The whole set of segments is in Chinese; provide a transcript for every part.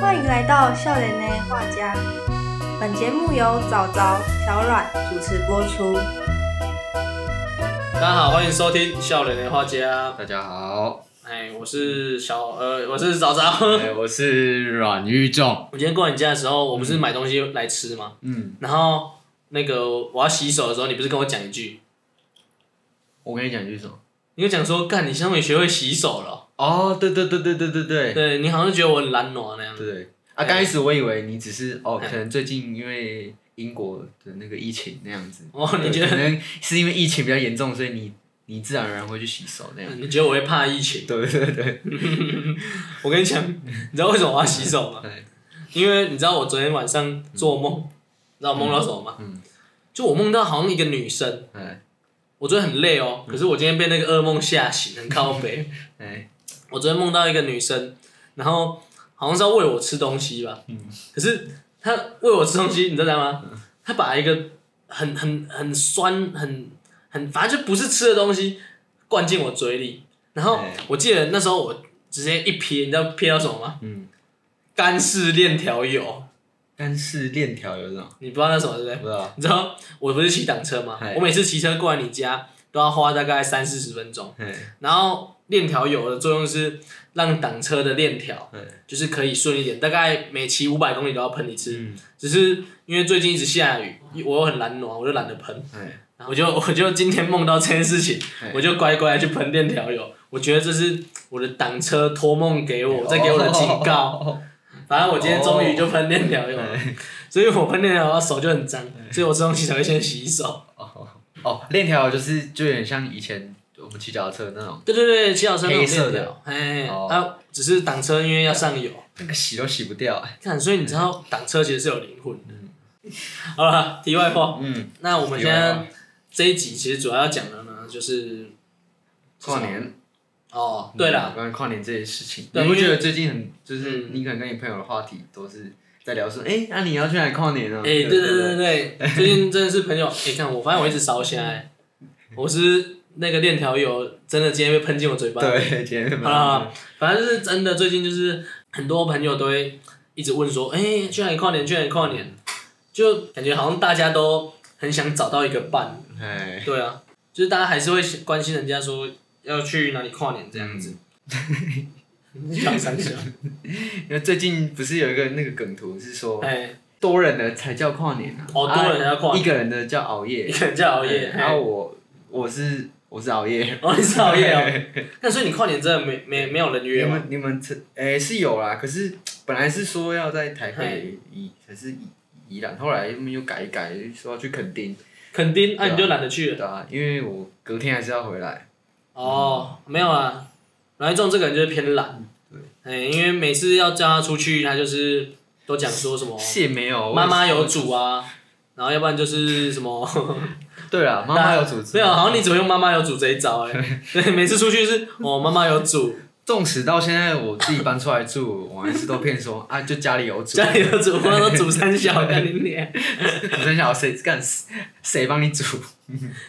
欢迎来到笑脸内画家。本节目由早早、小阮主持播出。大家好，欢迎收听《笑脸的画家》。大家好，哎，我是小呃，我是早早。哎我是阮玉仲。 我今天过你家的时候，我不是买东西来吃吗？嗯，然后那个我要洗手的时候，你不是跟我讲一句，我跟你讲一句什么？你就讲说，干，你终于学会洗手了哦。哦，对对对对对对对对对你好像觉得我很懒惰那样子。对。啊，刚开始我以为你只是哦，可能最近因为英国的那个疫情那样子。哦，你对觉可得能是因为疫情比较严重，所以你你自然而然会去洗手那样。你觉得我会怕疫情？对对对我跟你讲，你知道为什么我要洗手吗？对。因为你知道我昨天晚上做梦，你知道我梦到什么吗？嗯就我梦到好像一个女生，哎我昨天很累哦，可是我今天被那个噩梦吓醒，很靠北。哎我昨天梦到一个女生，然后好像是要喂我吃东西吧，嗯可是她喂我吃东西，你知道吗？她把一个很很很酸、很很反正就不是吃的东西灌进我嘴里，然后哎我记得那时候我直接一瞥，你知道瞥到什么吗？嗯，干式链条油，但是链条有这种你不知道那什么对不对不？知道。你知道我不是骑挡车吗哎？我每次骑车过来你家都要花大概三四十分钟，哎然后链条油的作用是让挡车的链条。哎就是可以顺一点，大概每骑五百公里都要喷一次。嗯只是因为最近一直下雨，我又很懒暖，我就懒得喷。哎然后我就 我就今天梦到这件事情哎，我就乖乖去喷链条油。我觉得这是我的挡车托梦给哎我，再给我的警告。 哦反正我今天终于就喷链条油了，哎所以我喷链条油手就很脏，所以我吃东西才会先洗手。哦哦，链条就是就有点像以前我们骑脚踏车那种，对对对，骑脚车那黑种链色的条，哎，哦啊，只是挡车因为要上油，那个洗都洗不掉。哎看，所以你知道挡车其实是有灵魂的。好了，题外话，嗯，那我们现在这一集其实主要要讲的呢，就是跨年，哦，对嗯了，关于跨年这些事情，对你不因为觉得最近很就是嗯你可能跟你朋友的话题都是在聊说，哎，那你要去哪里跨年啊？哎、对对对对对，最近真的是朋友，你、看我发现我一直烧香哎，我是那个链条油真的今天被喷进我嘴巴，对，今天好了好了，反正就是真的，最近就是很多朋友都会一直问说，哎、去哪里跨年？去哪里跨年？就感觉好像大家都很想找到一个伴，哎， 对啊，就是大家还是会关心人家说要去哪里跨年这样子。嗯 想三想，因为最近不是有一个那个梗图是说， 哎，多人的才叫跨年啊，哦，多人还要跨啊一年，个人的叫熬一夜，个人叫熬夜，然后哎我我是我是熬夜。 哎哦，你是熬 夜哦。那所以你跨年真的没没没有人你约吗？们你们这诶、是有啦，可是本来是说要在台北宜，可是宜宜兰，后来他们又改一改，说要去垦丁，肯定，那对啊你就懒得去了。对啊，因为我隔天还是要回来，哦，没有啊，阮一仲这个人就是偏懒，嗯哎，因为每次要叫他出去，他就是都讲说什么是也没有哦妈妈哦我也有主啊，然后要不然就是什么。对啦，妈妈有组织， 没有，好像你只会用妈妈有煮这一招哎、 对，每次出去是哦，妈妈有煮，纵使到现在我自己搬出来住，我还是都骗说 啊，就家里有煮，家里有煮，妈妈都煮三小，干你脸。我真想谁干谁帮你煮，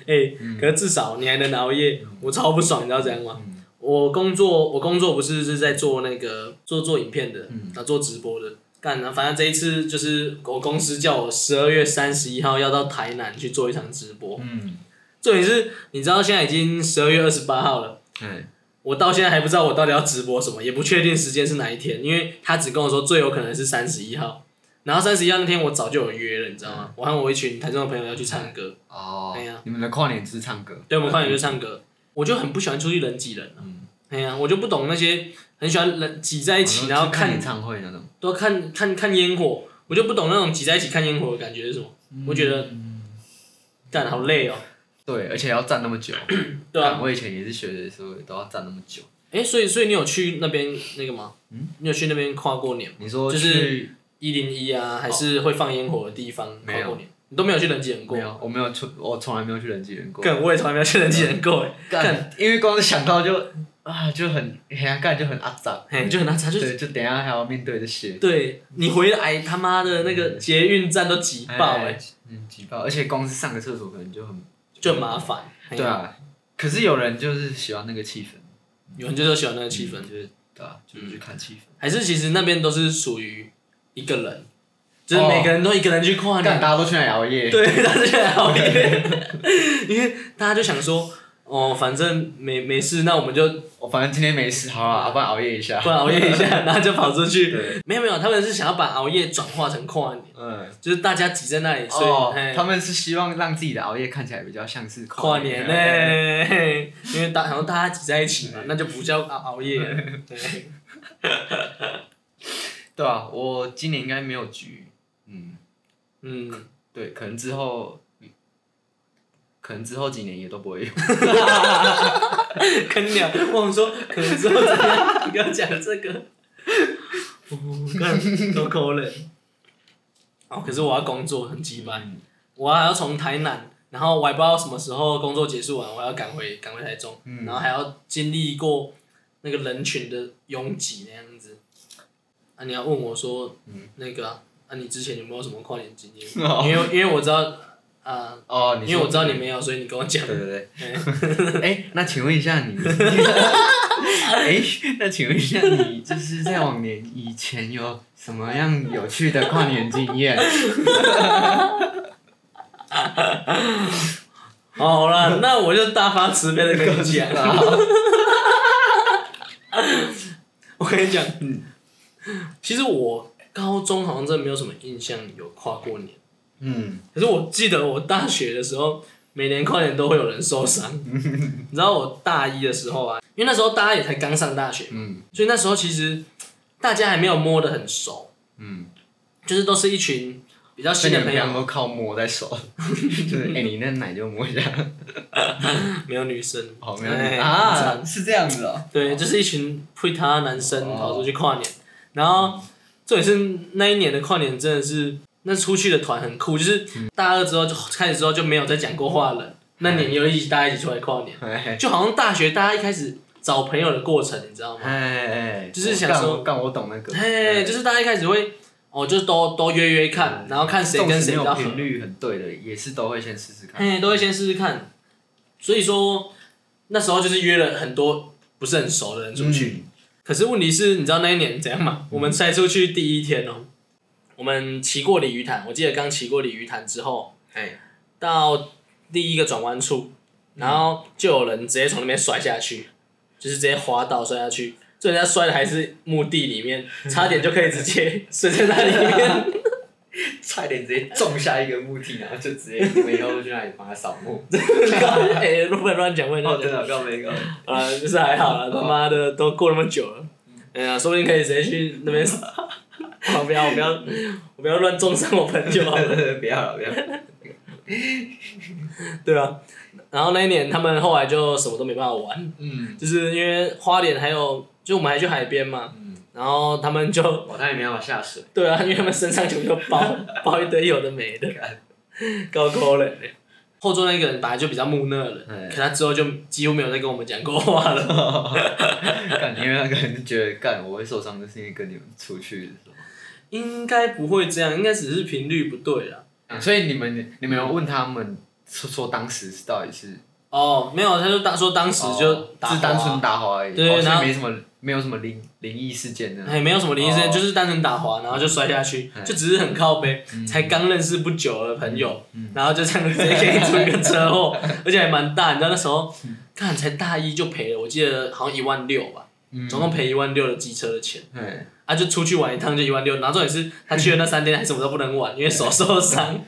哎、可是至少你还能熬夜，我超不爽，你知道怎样吗？我工作，我工作不是是在做那个做做影片的，啊，做直播的。干，然后反正这一次就是我公司叫我十二月三十一号要到台南去做一场直播。嗯，重点是，你知道现在已经十二月二十八号了，对，我到现在还不知道我到底要直播什么，也不确定时间是哪一天，因为他只跟我说最有可能是三十一号。然后三十一号那天我早就有约了，你知道吗？我和我一群台中的朋友要去唱歌，哦哎呀，你们的跨年是唱歌，对，我们快点就唱歌。我就很不喜欢出去人挤人、啊。哎呀、我就不懂那些很喜欢人挤在一起，然后看看演唱会那种，都看看看烟火，我就不懂那种挤在一起看烟火的感觉是什么。我觉得，干好累哦。对，而且要站那么久，对啊，干我以前也是学的时候都要站那么久。哎，所以所以你有去那边那个吗？你有去那边跨过年吗？你说就是去一零一啊，还是会放烟火的地方哦没跨有过年？你都没有去人挤人过没？有？我没有去，我从来没有去人挤人过。干，我也从来没有去人挤人过哎。干，干，因为光是想到就啊，就很哎呀，干就很阿杂。哎，就很难查，就是对，就等一下还要面对这些。对你回来他妈的那个捷运站都挤爆哎。嗯，挤爆，而且光是上个厕所可能就很啊就很麻烦。哎哎对，啊。可是有人就是喜欢那个气氛，有人就是喜欢那个气氛，就是对对啊，就是去看气氛。还是其实那边都是属于一个人，就是哦每个人都一个人去跨年干，，大家都去那里熬夜。对，大家就来熬夜，因为大家就想说，哦，反正没没事，那我们就我反正今天没事，好了，不然熬夜一下不。然熬夜一下， 然后就跑出去。对，没有没有，他们是想要把熬夜转化成跨年，嗯。就是大家挤在那里，所哦以、嘿，他们是希望让自己的熬夜看起来比较像是跨年呢、嘿因为大好像大家挤在一起嘛，那就不叫熬熬夜了。对，对啊，我今年应该没有局，嗯，嗯， 对，可能之后，可能之后几年也都不 会有。跟你讲，我想说可能之后怎样，不要讲这个。哦，看都抠了。哦，可是我要工作，很鸡巴。我还要从台南，然后我还不知道什么时候工作结束完，我还要赶回赶回台中，嗯然后还要经历过那个人群的拥挤那样子。啊，你要问我说，嗯那个啊，啊你之前有没有什么跨年经验？ 哦因为因为我知道，啊、哦，你因为我知道你们。没有，所以你跟我讲。对对哎对。哎，那请问一下 你，哎，那请问一下你，就是在往年以前有什么样有趣的跨年经 验？哦，好 了，那我就大发慈悲的跟你讲啊我跟你讲，嗯其实我高中好像真的没有什么印象有跨过年，嗯，可是我记得我大学的时候，每年跨年都会有人受伤。你知道我大一的时候啊，因为那时候大家也才刚上大学，嗯，所以那时候其实大家还没有摸得很熟，嗯，就是都是一群比较新所以的你们朋友平，常都靠摸在手， 就是哎、你那奶就摸一下，没有女生，好哦没有哎很惨啊，是这样子哦。对，就是一群配他男生哦跑出去跨年，然后这也是那一年的跨年真的是那出去的团很酷，就是大二之后就开始之后就没有再讲过话了，那年又一起大家一起出来跨年，哎就好像大学大家一开始找朋友的过程，你知道吗？哎，就是想说干我干我懂那个，嘿，就是大家一开始会哦，就是都都约约看，然后看谁跟谁比纵使没较有合，哎频率很对的，也是都会先试试看。嘿，都会先试试看。所以说那时候就是约了很多不是很熟的人出嗯去，可是问题是，你知道那一年怎样吗？我们才出去第一天哦、我们骑过鲤鱼潭，我记得刚骑过鲤鱼潭之后，哎到第一个转弯处，然后就有人直接从那边摔下去，就是直接滑倒摔下去。最人家摔的还是墓地里面，差点就可以直接 摔在那里面。 差点直接种下一个墓地，然后就直接你们以后都去那里帮他扫 墓。哎、不能乱讲，不能乱讲。哦的，告没 告？呃，就是还好啦，他妈的都过那么久了，哎呀，说不定可以直接去那边。我不要，我不要，我不要乱重伤我朋友好了。不要了，不要了。对啊，然后那一年他们后来就什么都没办法玩，嗯，就是因为花莲还有，就我们还去海边嘛，嗯然后他们就 我他也没办法下水。对啊，因为他们身上全部都包包一堆有的没的， 干高高冷的。后座那个人本来就比较木讷了，哎可他之后就几乎没有再跟我们讲过话了。 干，因为那个人就觉得干我会受伤，就是因为跟你们出去的时候。应该不会这样，应该只是频率不对啊啦。所以你们你们有问他们说说当时是到底是哦，没有，他就当说当时就打是滑单纯哦打滑而已，对哦所然后以没什么没有什么灵灵异事件的。哎，没有什么灵异事件，哦就是单纯打滑，然后就摔下去，嗯就只是很靠背，才刚认识不久的朋友，然后就这样直接给你出一个车祸，而且还蛮大，你知道那时候，看才大一就赔了，我记得好像一万六吧，总共赔一万六的机车的钱，嗯哎，啊，就出去玩一趟就一万六，然后重点是他去的那三天还什么都不能玩，因为手受伤，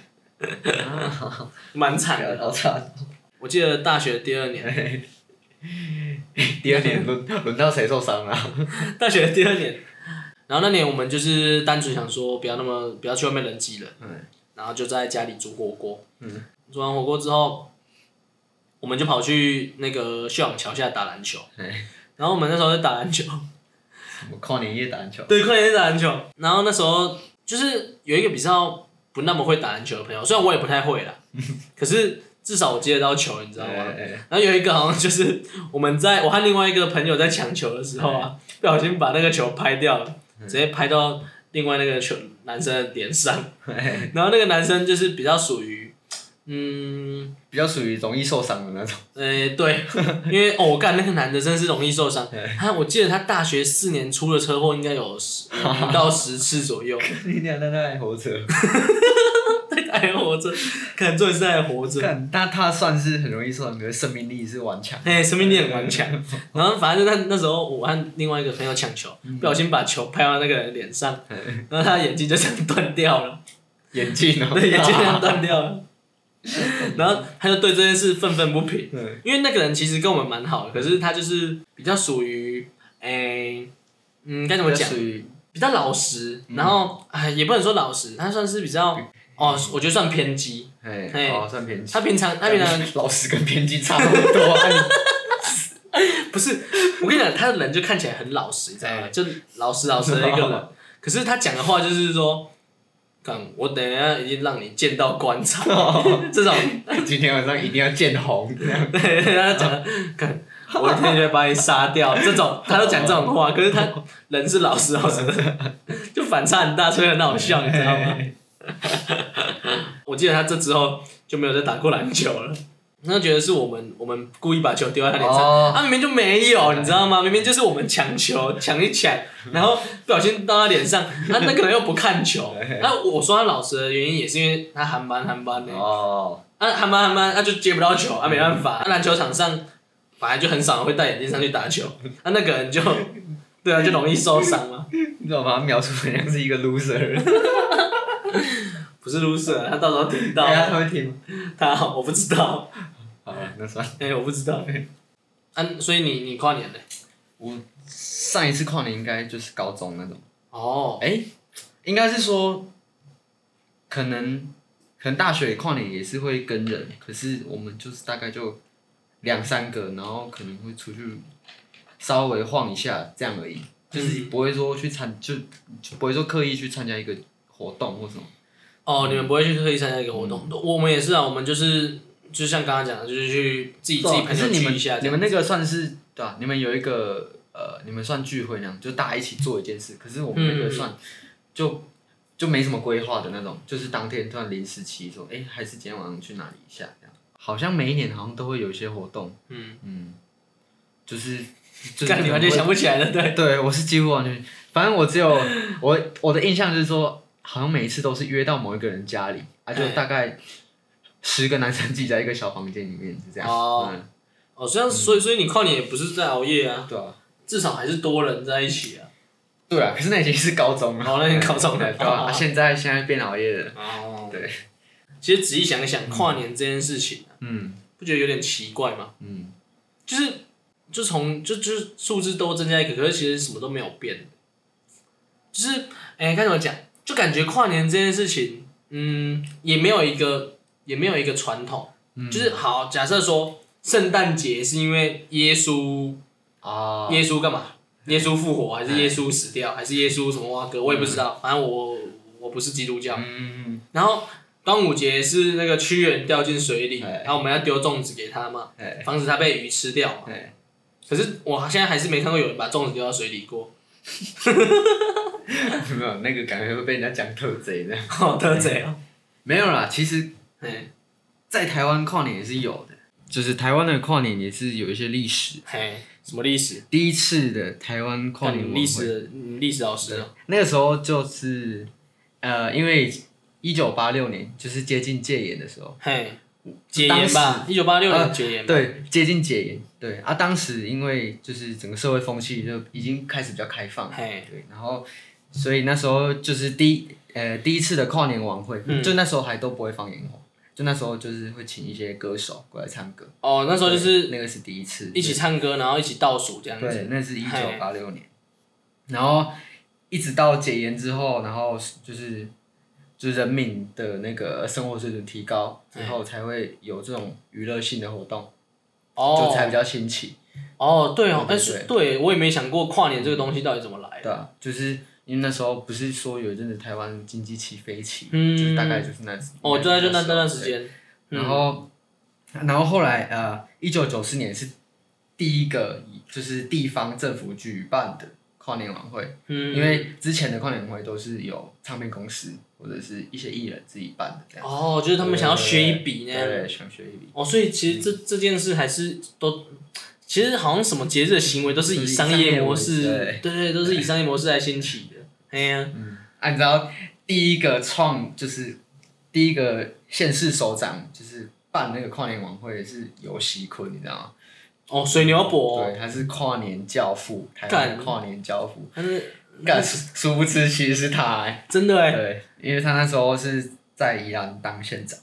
蛮惨的。好惨。我记得大学第二年， 第二年轮轮到谁受伤了？ 大学第二年，然后那年我们就是单纯想说不要那么不要去外面人挤人。嗯然后就在家里煮火锅。嗯，煮完火锅之后，我们就跑去那个秀朗桥下打篮球。哎，然后我们那时候就打篮球， 我跨年夜打篮球。对，快点去打篮球。然后那时候就是有一个比较不那么会打篮球的朋友，虽然我也不太会 啦，可是至少我接得到球，你知道吗？哎哎 然后有一个好像就是我们在我和另外一个朋友在抢球的时候啊，不小心把那个球拍掉了，直接拍到另外那个球男生的脸上。哎然后那个男生就是比较属于嗯，哎比较属于容易受伤的那种。诶、对， 因为哦，我干那个男的真是容易受伤。他我记得他大学四年出的车祸应该有十五到十次左右， 你俩那那还活着，还活着，看最是还活着。 干那他算是很容易受伤，可是生命力是顽强。 哎、生命力很顽强。然后反正那那时候我和另外一个朋友抢球，嗯不小心把球拍到那个人脸上，哎然后他的眼睛就这样断掉 了，眼镜哦，对，眼睛这样断掉了。然后他就对这件事愤愤不平， 对，因为那个人其实跟我们蛮好的，可是他就是比较属于，哎、嗯，该怎么比较讲？属于嗯比较老实，然后哎、也不能说老实，他算是比较哦，我觉得算偏激。哎，嘿哦，算偏激。他平常他平常 老师跟偏激差不 多，啊你不是，我跟你讲，他的人就看起来很老实，你知道吗？哎就老实老实的一个人。可是他讲的话就是说，干我等一下已经让你见到棺材， 这种，哦今天晚上一定要见 红，这样对，他讲的，干我一天就会把你杀掉，这种，他都讲这种话。可是他人是老实老实的，就反差很大，所以很好笑，你知道哎吗？我记得他这之后就没有再打过篮球了。他觉得是我们我们故意把球丢在他脸上，哦他明明就没有，你知道吗？明明就是我们抢球抢一抢，嗯然后不小心到他脸 上，他那个人又不看球。那我说他老实的原因也是因为他韩班韩班呢，哦，啊韩班韩班，他就接不到球，啊没办法，啊篮球场上本来就很少人会戴眼镜上去打球，啊那个人 就对啊就容易受伤嘛，你怎么把他描述成像是一个 loser？不是 loser，他到啊时候听到大家 他会听吗？他好我不知道。好了，那算了。哎、我不知道。嗯、所以你你跨年嘞？我上一次跨年应该就是高中那种，哦，哎、应该是说，可能可能大学跨年也是会跟人，可是我们就是大概就两三个，然后可能会出去稍微晃一下这样而已，就是不会说去参就就不会说刻意去参加一个活动或什么。嗯哦，你们不会去特意参加一个活动，我们也是啊，我们就是就像刚刚讲的，就是去自己自己啊可朋是友你们聚一下这你样。们那个算是对吧、啊你们有一个呃，你们算聚会那样，就大家一起做一件事。可是我们那个嗯算、就就没什么规划的那种，就是当天突然临时起意说，哎、还是今天晚上去哪里一下这样。好像每一年好像都会有一些活动，嗯，嗯，就是就是干你完全想不起来了，对。对，我是几乎完全，反正我只有我我的印象就是说，好像每一次都是约到某一个人家里，啊，就哎大概十个男生自己在一个小房间里面，是这样。哦嗯，哦，虽然所以所以你跨年也不是在熬夜啊，对啊。至少还是多人在一起啊。对啊，可是那已经是高中了。哦那已经高中了对吧？哦啊现在现在变熬夜了。哦对。其实仔细想一想，跨年这件事情、啊，嗯不觉得有点奇怪吗？嗯，就是就从就就是数字都增加一个，可是其实什么都没有变。就是哎，该、怎么讲？就感觉跨年这件事情，嗯，也没有一个也没有一个传统。嗯就是好，假设说圣诞节是因为耶稣啊，耶稣干嘛？耶稣复活还是耶稣死掉还是耶稣什么哇哥？我也不知道，反正我我不是基督教。嗯，然后端午节是那个屈原掉进水里，哎然后我们要丢粽子给他嘛，哎防止他被鱼吃掉嘛。哎， 可是我现在还是没看过有人把粽子丢到水里过。没有那个感觉会被人家讲特贼的。 好的，这样。没有啦，其实，嘿，在台湾跨年也是有的，就是台湾的跨年也是有一些历史。嘿，什么历史？第一次的台湾跨看年你晚们会历史的你历史老师啊。那个时候就是，呃，因为一九八六年就是接近戒严的时候。嘿，解严吧，啊一九八六年解严。对，接近解严。对啊，当时因为就是整个社会风气就已经开始比较开放，嘿，对，然后所以那时候就是第一呃第一次的跨年晚会，嗯就那时候还都不会放烟火，就那时候就是会请一些歌手过来唱歌。哦，那时候就是对那个是第一次一起唱歌，然后一起倒数这样子。对，那是一九嘿八六年，然后一直到解严之后，然后就是就是人民的那个生活水准提高之后，才会有这种娱乐性的活动，就才哦比较兴起。哦，对哦，哎，对对是对我也没想过跨年这个东西到底怎么来的。对啊，就是因为那时候不是说有一阵子台湾经济起飞期，嗯就是大概就是那哦，就在就那时那候段时嗯间。对然后，然后后来呃，一九九四年是第一个以就是地方政府举办的跨年晚会，嗯，因为之前的跨年晚会都是有唱片公司或者是一些艺人自己办的这样。哦，就是他们想要对学一笔对对呢。对想学一笔。哦，所以其实嗯这这件事还是都，其实好像什么节日的行为都是以都是以商商业业模为式，对对对，都是以商业模式来兴起的。哎呀，啊，你知道第一个创就是第一个县市首长就是办那个跨年晚会是游锡坤，你知道吗？哦，水牛伯，对，他是跨年教父，台干湾跨年教父。但是干，殊殊不知其实是他、欸。真的哎，对，因为他那时候是在宜兰当县长。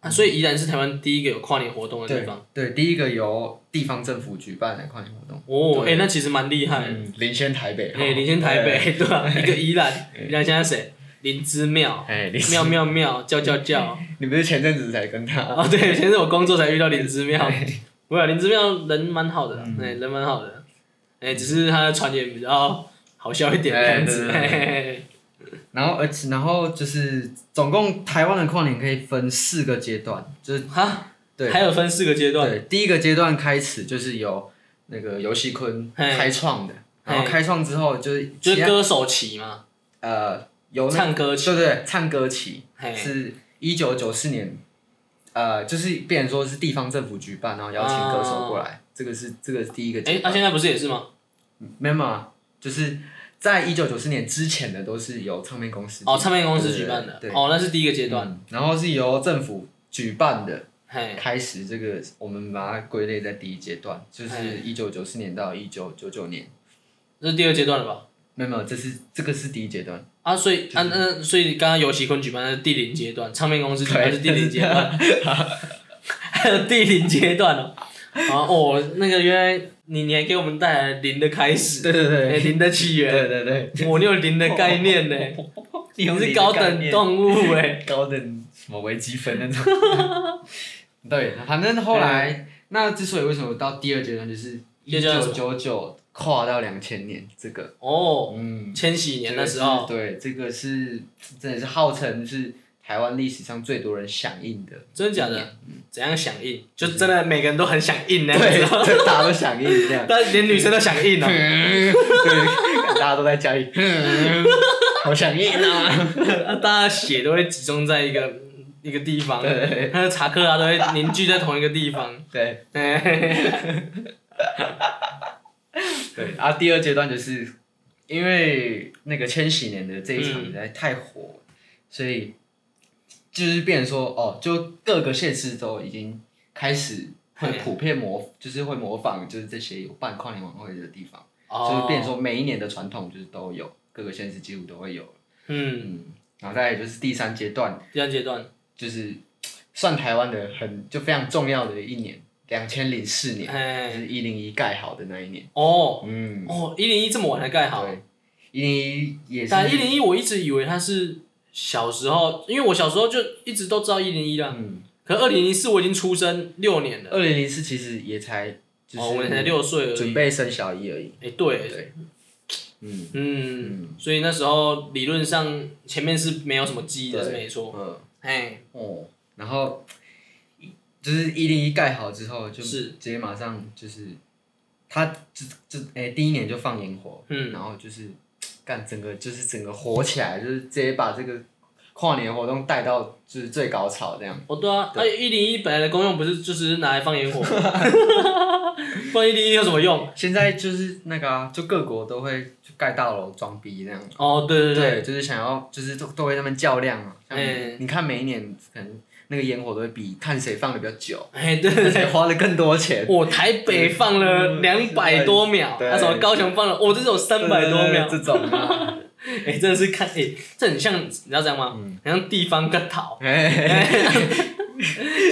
啊所以宜兰是台湾第一个有跨年活动的地对方。对，第一个由地方政府举办的跨年活动。哦，哎，对那其实蛮厉害的。嗯，领先台北。哎，领先台北，对吧？一个宜兰，宜兰现在谁？林之妙，哎，林嗯妙妙妙，叫叫叫。你不是前阵子才跟他？哦，对，前阵我工作才遇到林之妙，不啊有林之妙人蛮好的啦，嗯哎、人蛮好的，哎、只是他的传言比较好笑一点这样子。哎对对对嘿嘿嘿然后，而且，然后就是总共台湾的跨年可以分四个阶段，就是哈，对还有分四个阶段，对，第一个阶段开始就是由那个游戏坤嘿开创的，然后嘿开创之后就是就其是他歌手期嘛，呃由那唱歌期，对对对唱歌起，嘿，是一九九四年，呃，就是变成说是地方政府举办，然后邀请歌手过来，哦这个是这个是第一个哎阶，他、段。现在不是也是吗？没有没有啊，就是在一九九四年之前的都是由唱片公司哦，唱片公司举办的，对，哦，那是第一个阶段，嗯然后是由政府举办的，嘿，开始这个，我们把它归类在第一阶段，就哎是一九九四年到一九九九年。这是第二阶段了吧？没有没有，这是这个是第一阶段，啊，所以啊，那所以刚刚游戏坤举办的是第零阶段，唱片公司举办是第零阶 段，还有第零阶段哦。啊哦，那个原来你你还给我们带来零的开始，对对对哎零的起源，对对我你有零的概念 呢，你是高等动物哎，高等什么微积分那种。 对，反正后哎来那之所以为什么到第二阶段，就是第一二阶段是九九九跨到两千年这个，哦，嗯，千禧年的时候，这个是对，这个是真的是号称是台湾历史上最多人响应的，真的假 的？怎样响应？就真的每个人都很响应呢，对，大家都响应这 样。但连女生都响应哦。 对，大家都在家里，嗯 好想念啊！ 啊，大家血都会集中在一个一个地方， 对他的查克拉都会凝聚在同一个地方。对嘿嘿嘿对，啊，第二阶段就是因为那个千禧年的这一场实在太火了，所以就是变成说哦，就各个县市都已经开始会嘿普遍模，就是会模仿，就是这些有办跨年晚会的地方，哦 就是变成说每一年的传统就是都有，各个县市几乎都会有。嗯，嗯，然后再来就是第三阶段。第二阶段，就是算台湾的很就非常重要的一年，两千零四年，就哎，是一零一盖好的那一年。哦嗯，哦，一零一这么晚才盖好，对，一零一也是但一零一我一直以为它是小时候，因为我小时候就一直都知道一零一啦，嗯，可二零零四我已经出生六年了，二零零四其实也才就是、哦，我才六岁而已，准备生小一而已。哎，对，对，嗯嗯，所以那时候理论上前面是没有什么记忆的，是对没错，嗯哎，哦，然后就是一零一盖好之后，就是直接马上就是他这这哎第一年就放烟火，嗯然后就是干整个就是整个火起来，就是直接把这个跨年活动带到就是最高潮这样。哦，对啊，而且一零一本来的功用不是就只是拿来放烟火 吗，放一零一有什么用？现在就是那个、啊，就各国都会就盖大楼装逼这样。哦，对对对，对，就是想要，就是都都会他们较量嘛。像哎你看每一年可能那个烟火都会比看谁放的比较久， 哎，对对看谁对，花的更多钱。我台北放了两百多秒，嗯啊对那什么高雄放了，哦我这种三百多秒，这种、 啊，哎，真的是看，哎，这很像，你知道这样吗？嗯很像地方跟 讨，哎，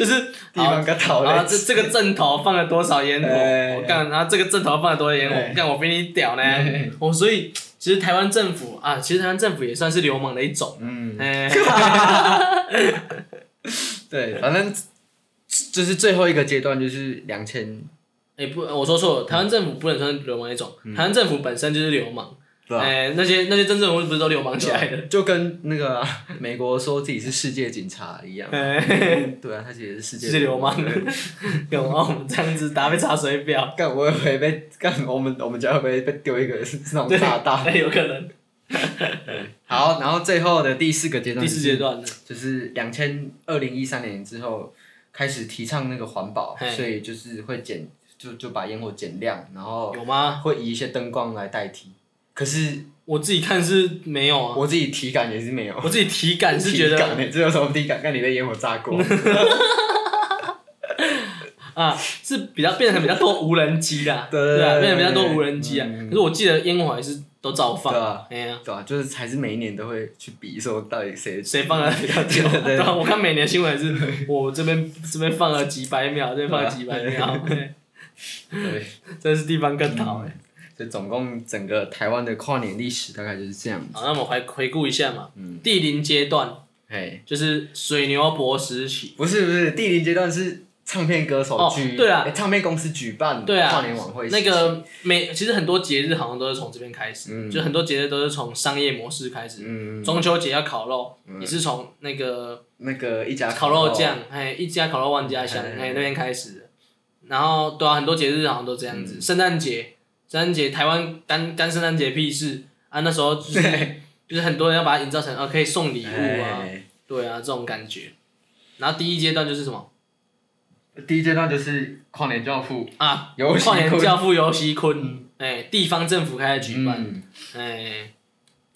就是地方好个讨啊，论，这这个阵头放了多少烟火？哎我干，然后这个阵头放了多少烟哎嗯火？干，我比你屌呢！哦，所以其实台湾政府啊，其实台湾政府也算是流氓的一种，嗯，哎。对，反正就是最后一个阶段就是两千，呃嗯哎、不，我说错了，台湾政府不能算是流氓一种，台湾政府本身就是流氓，对啊哎、那些那些真正人物不是都流氓起来的？就跟那个 啊、美国说自己是世界警察一 样，哎，对啊，他其实是世界世界流氓对，干嘛我们这样子打被查水表？干我也会被干，我们我们家会不会被丢一个是那种对炸弹？哎有可能。好，然后最后的第四个阶段，第四阶段呢，就是两千二零一三年之后开始提倡那个环保嘿，所以就是会减，就就把烟火减量，然后有吗？啊会以一些灯光来代替。可是我自己看是没有啊，我自己体感也是没 有，我自己体感是觉体感得欸这有什么体感？看你被烟火炸过，啊，是比较变成比较多无人机啦，对对对啊，对变成比较多对无人机啊嗯。可是我记得烟火还是都照放对啊，哎呀， 对吧、就是还是每一年都会去比说到底谁谁放的比较久？对对对 对啊，我看每年新闻也是，我这边这边放了几百秒，这边放了几百秒， 对对， 真是地方更好嗯哎。所以总共整个台湾的跨年历史大概就是这样子。好，那我们回回顾一下嘛嗯，第零阶段嘿，就是水牛博时期。不是不是，第零阶段是唱片歌手哦去、对啊欸唱片公司举办对啊跨年晚会时那期，个每其实很多节日好像都是从这边开始，嗯就很多节日都是从商业模式开始。嗯中秋节要烤肉，也是从那个那个一家烤肉酱，哎，一家烤肉万家香，嗯哎那边开始的。然后对啊，很多节日好像都这样嗯子。圣诞节，圣诞节台湾干干圣诞节屁事啊！那时候就是 就是很多人要把它营造成啊可以送 礼物啊，哎对啊这种感觉。然后第一阶段就是什么第一阶段就是跨年教父，啊？游戏跨年坤教父游戏坤，哎，地方政府开始举办。嗯，哎，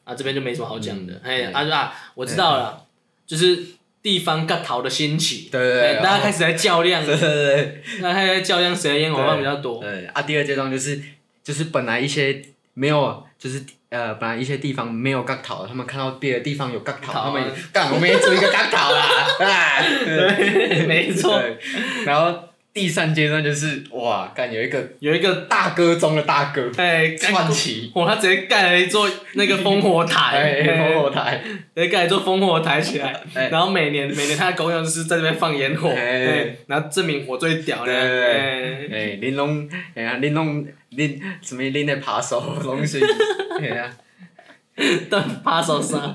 啊，这边就没什么好讲的嗯。哎，对啊啊，我知道了，就是地方割桃的兴起，对对对啊哎然后大家开始在较量， 对对对大家开始在较量谁的烟火放比较对多。对啊！第二阶段就是就是本来一些没有就是。呃，本来一些地方没有杠桃，他们看到别的地方有杠桃，好啊他们也干，我们也组一个杠 桃啦，啊，对， 没错，对。然后第三阶段就是哇，干有一个有一个大哥中的大哥哎，串起，哇，他直接盖了一座那个烽火台，哎，烽火台，直接盖了一座烽火台起来，哎然后每年每年他的狗友就是在这边放烟火，哎哎，然后证明我最屌的，对对对哎哎，玲珑，哎呀，玲珑玲什么玲的扒手东西，哎呀，但扒手杀，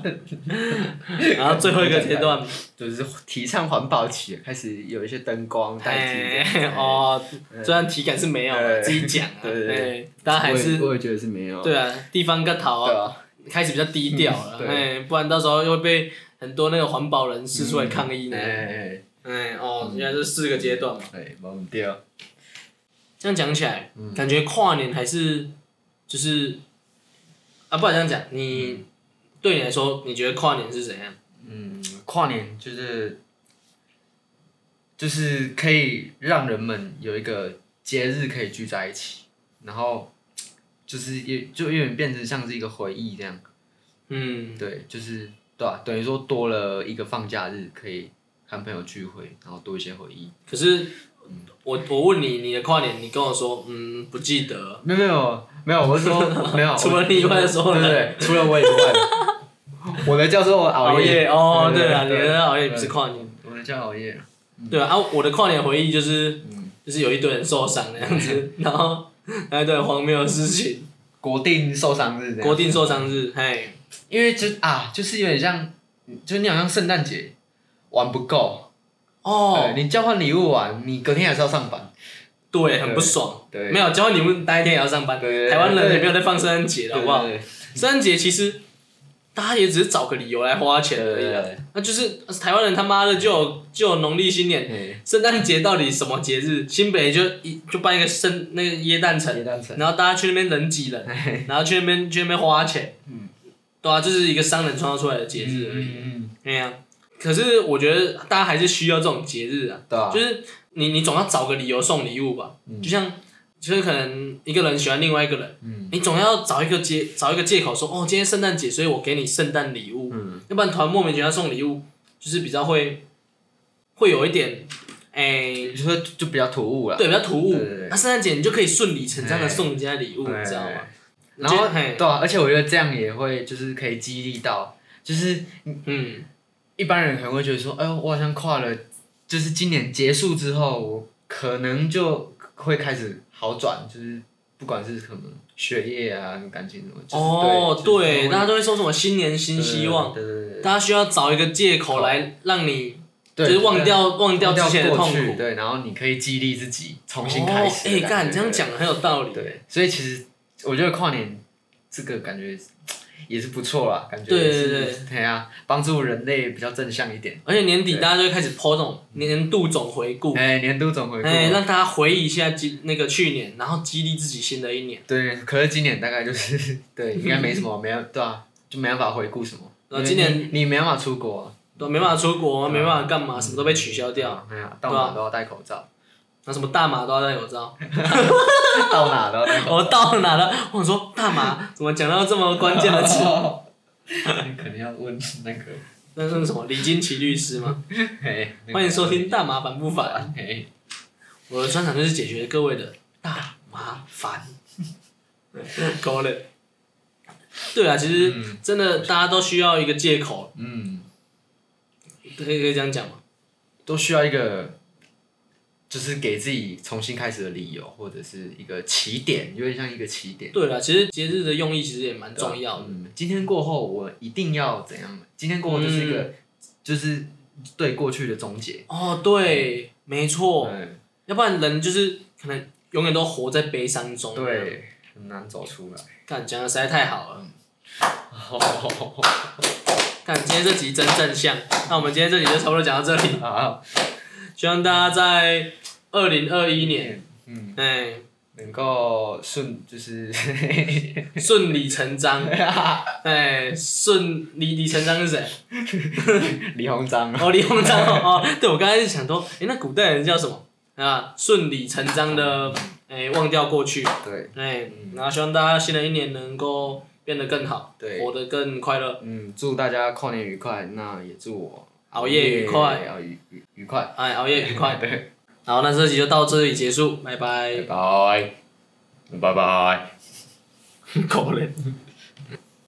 然后最后一个阶段，就是提倡环保起，开始有一些灯光 代哎替。哎，哦，虽然体感是没有了，对自己讲啊，对对对哎，大家还是我也我也觉得是没有，对啊，地方个逃对啊，吧？开始比较低调了，嗯对哎，不然到时候又会被很多那个环保人士出来抗议呢哎。哎哎哦，原来这四个阶段嘛，哎，哎，忘掉，这样讲起来，嗯感觉跨年还是就是啊，不然这样讲，你对你来说，你觉得跨年是怎样？嗯，跨年就是就是可以让人们有一个节日可以聚在一起，然后就是也就有点变成像是一个回忆这样。嗯，对，就是对吧、等于说多了一个放假日，可以和朋友聚会，然后多一些回忆。可是我我问你，你的跨年，你跟我说，嗯，不记得了， 没有没有没有，我是说没有， 除了你以外的时候对呢对对，除了我以外，我的叫做熬熬夜哦，对啊，你对的熬夜不是跨年。我的叫熬夜。对啊，啊我的跨年回忆就是，嗯就是有一堆人受伤那样子， 然后那一堆荒谬的事情，国定受伤日这样，国定受伤日，嘿，因为就啊，就是有点像，就你好像圣诞节玩不够，哦对，你交换礼物玩，你隔天还是要上班。对，很不爽，对没有交换礼物，那一天也要上班，对对对台湾人也没有在放圣诞节的好不好？对对圣诞节其实大家也只是找个理由来花钱而已对啊对对，那就是台湾人他妈的就有就有农历新年。对圣诞节到底什么节日？新北就一就办一个圣那个椰蛋城对，，蛋城，然后大家去那边人挤 人，然后去那边去那边花钱，嗯，对啊，就是一个商人创造出来的节日而已，嗯，对呀、可是我觉得大家还是需要这种节日啊，对啊就，是你你总要找个理由送礼物吧，就像就是可能一个人喜欢另外一个人，嗯你总要找一个借找一个借口说哦，今天圣诞节，所以我给你圣诞礼物，嗯要不然团莫名其妙送礼物，就是比较会会有一点，哎、就说就比较突兀了。对，比较突兀对对对。那圣诞节你就可以顺理成章的哎送人家礼物，你知道对吗？然后就嘿对啊，而且我觉得这样也会就是可以激励到，就是嗯，一般人可能会觉得说，哎呦，我好像跨了，就是今年结束之后，我可能就会开始好转，就是不管是什么学业啊、感情什么，就是哦，对，对，大家都会说什么新年新希望，对对对，大家需要找一个借口来让你就对是忘掉忘忘掉之前的过痛去，苦，对，然后你可以激励自己重新开始。哦哎，干，你这样，讲很有道理。对，所以其实我觉得跨年这个感觉也是不错啦，感觉对是对对，对啊，帮助人类比较正向一点。而且年底大家就会开始抛这种年度总回顾，哎，年度总回顾，哦哎，让大家回忆一下今那个去年，然后激励自己新的一年。对，可是今年大概就是对，应该没什么，没有对啊，就没办法回顾什么。对啊今年你你没办法出国啊，都没办法出国，对没啊办法干嘛，什么都被取消掉，啊哎呀，到哪都要戴口罩，那什么大麻都要戴口罩。到哪都要戴口罩。我到哪了？我想说大麻怎么讲到这么关键的 词？ 你肯定要问那个，那是什么？李金奇律师吗？嘿，欢迎收听《大麻烦不烦》，嘿，我的专长就是解决各位的大麻 烦。够了。对啊，其实嗯真的大家都需要一个借口，嗯，可以可以这样讲吗？都需要一个，就是给自己重新开始的理由，或者是一个起点，有点像一个起点。对啊，其实节日的用意其实也蛮重要的。嗯，今天过后我一定要怎样？今天过后就是一个，嗯就是对过去的终结。哦，对，没错，嗯，要不然人就是可能永远都活在悲伤中。对，很难走出 来。干讲的实在太好了，哦，干今天这集真正向。那我们今天这集就差不多讲到这里，好，希望大家在二零二一年，嗯，哎，能够顺就是， 顺理成章，哎，顺李李成章是 谁？李鸿章啊，哦，李鸿章哦，哦，对我刚才是想说，哎，那古代人叫什么啊？顺理成章的，哎，忘掉过去，对，哎嗯，然后希望大家新的一年能够变得更好，对活得更快乐，嗯，祝大家跨年愉快，那也祝我熬夜愉快也要愉愉愉快，哎，熬夜愉快。 对，好，那这集就到这里结束，拜拜拜。拜，拜拜。狗嘞。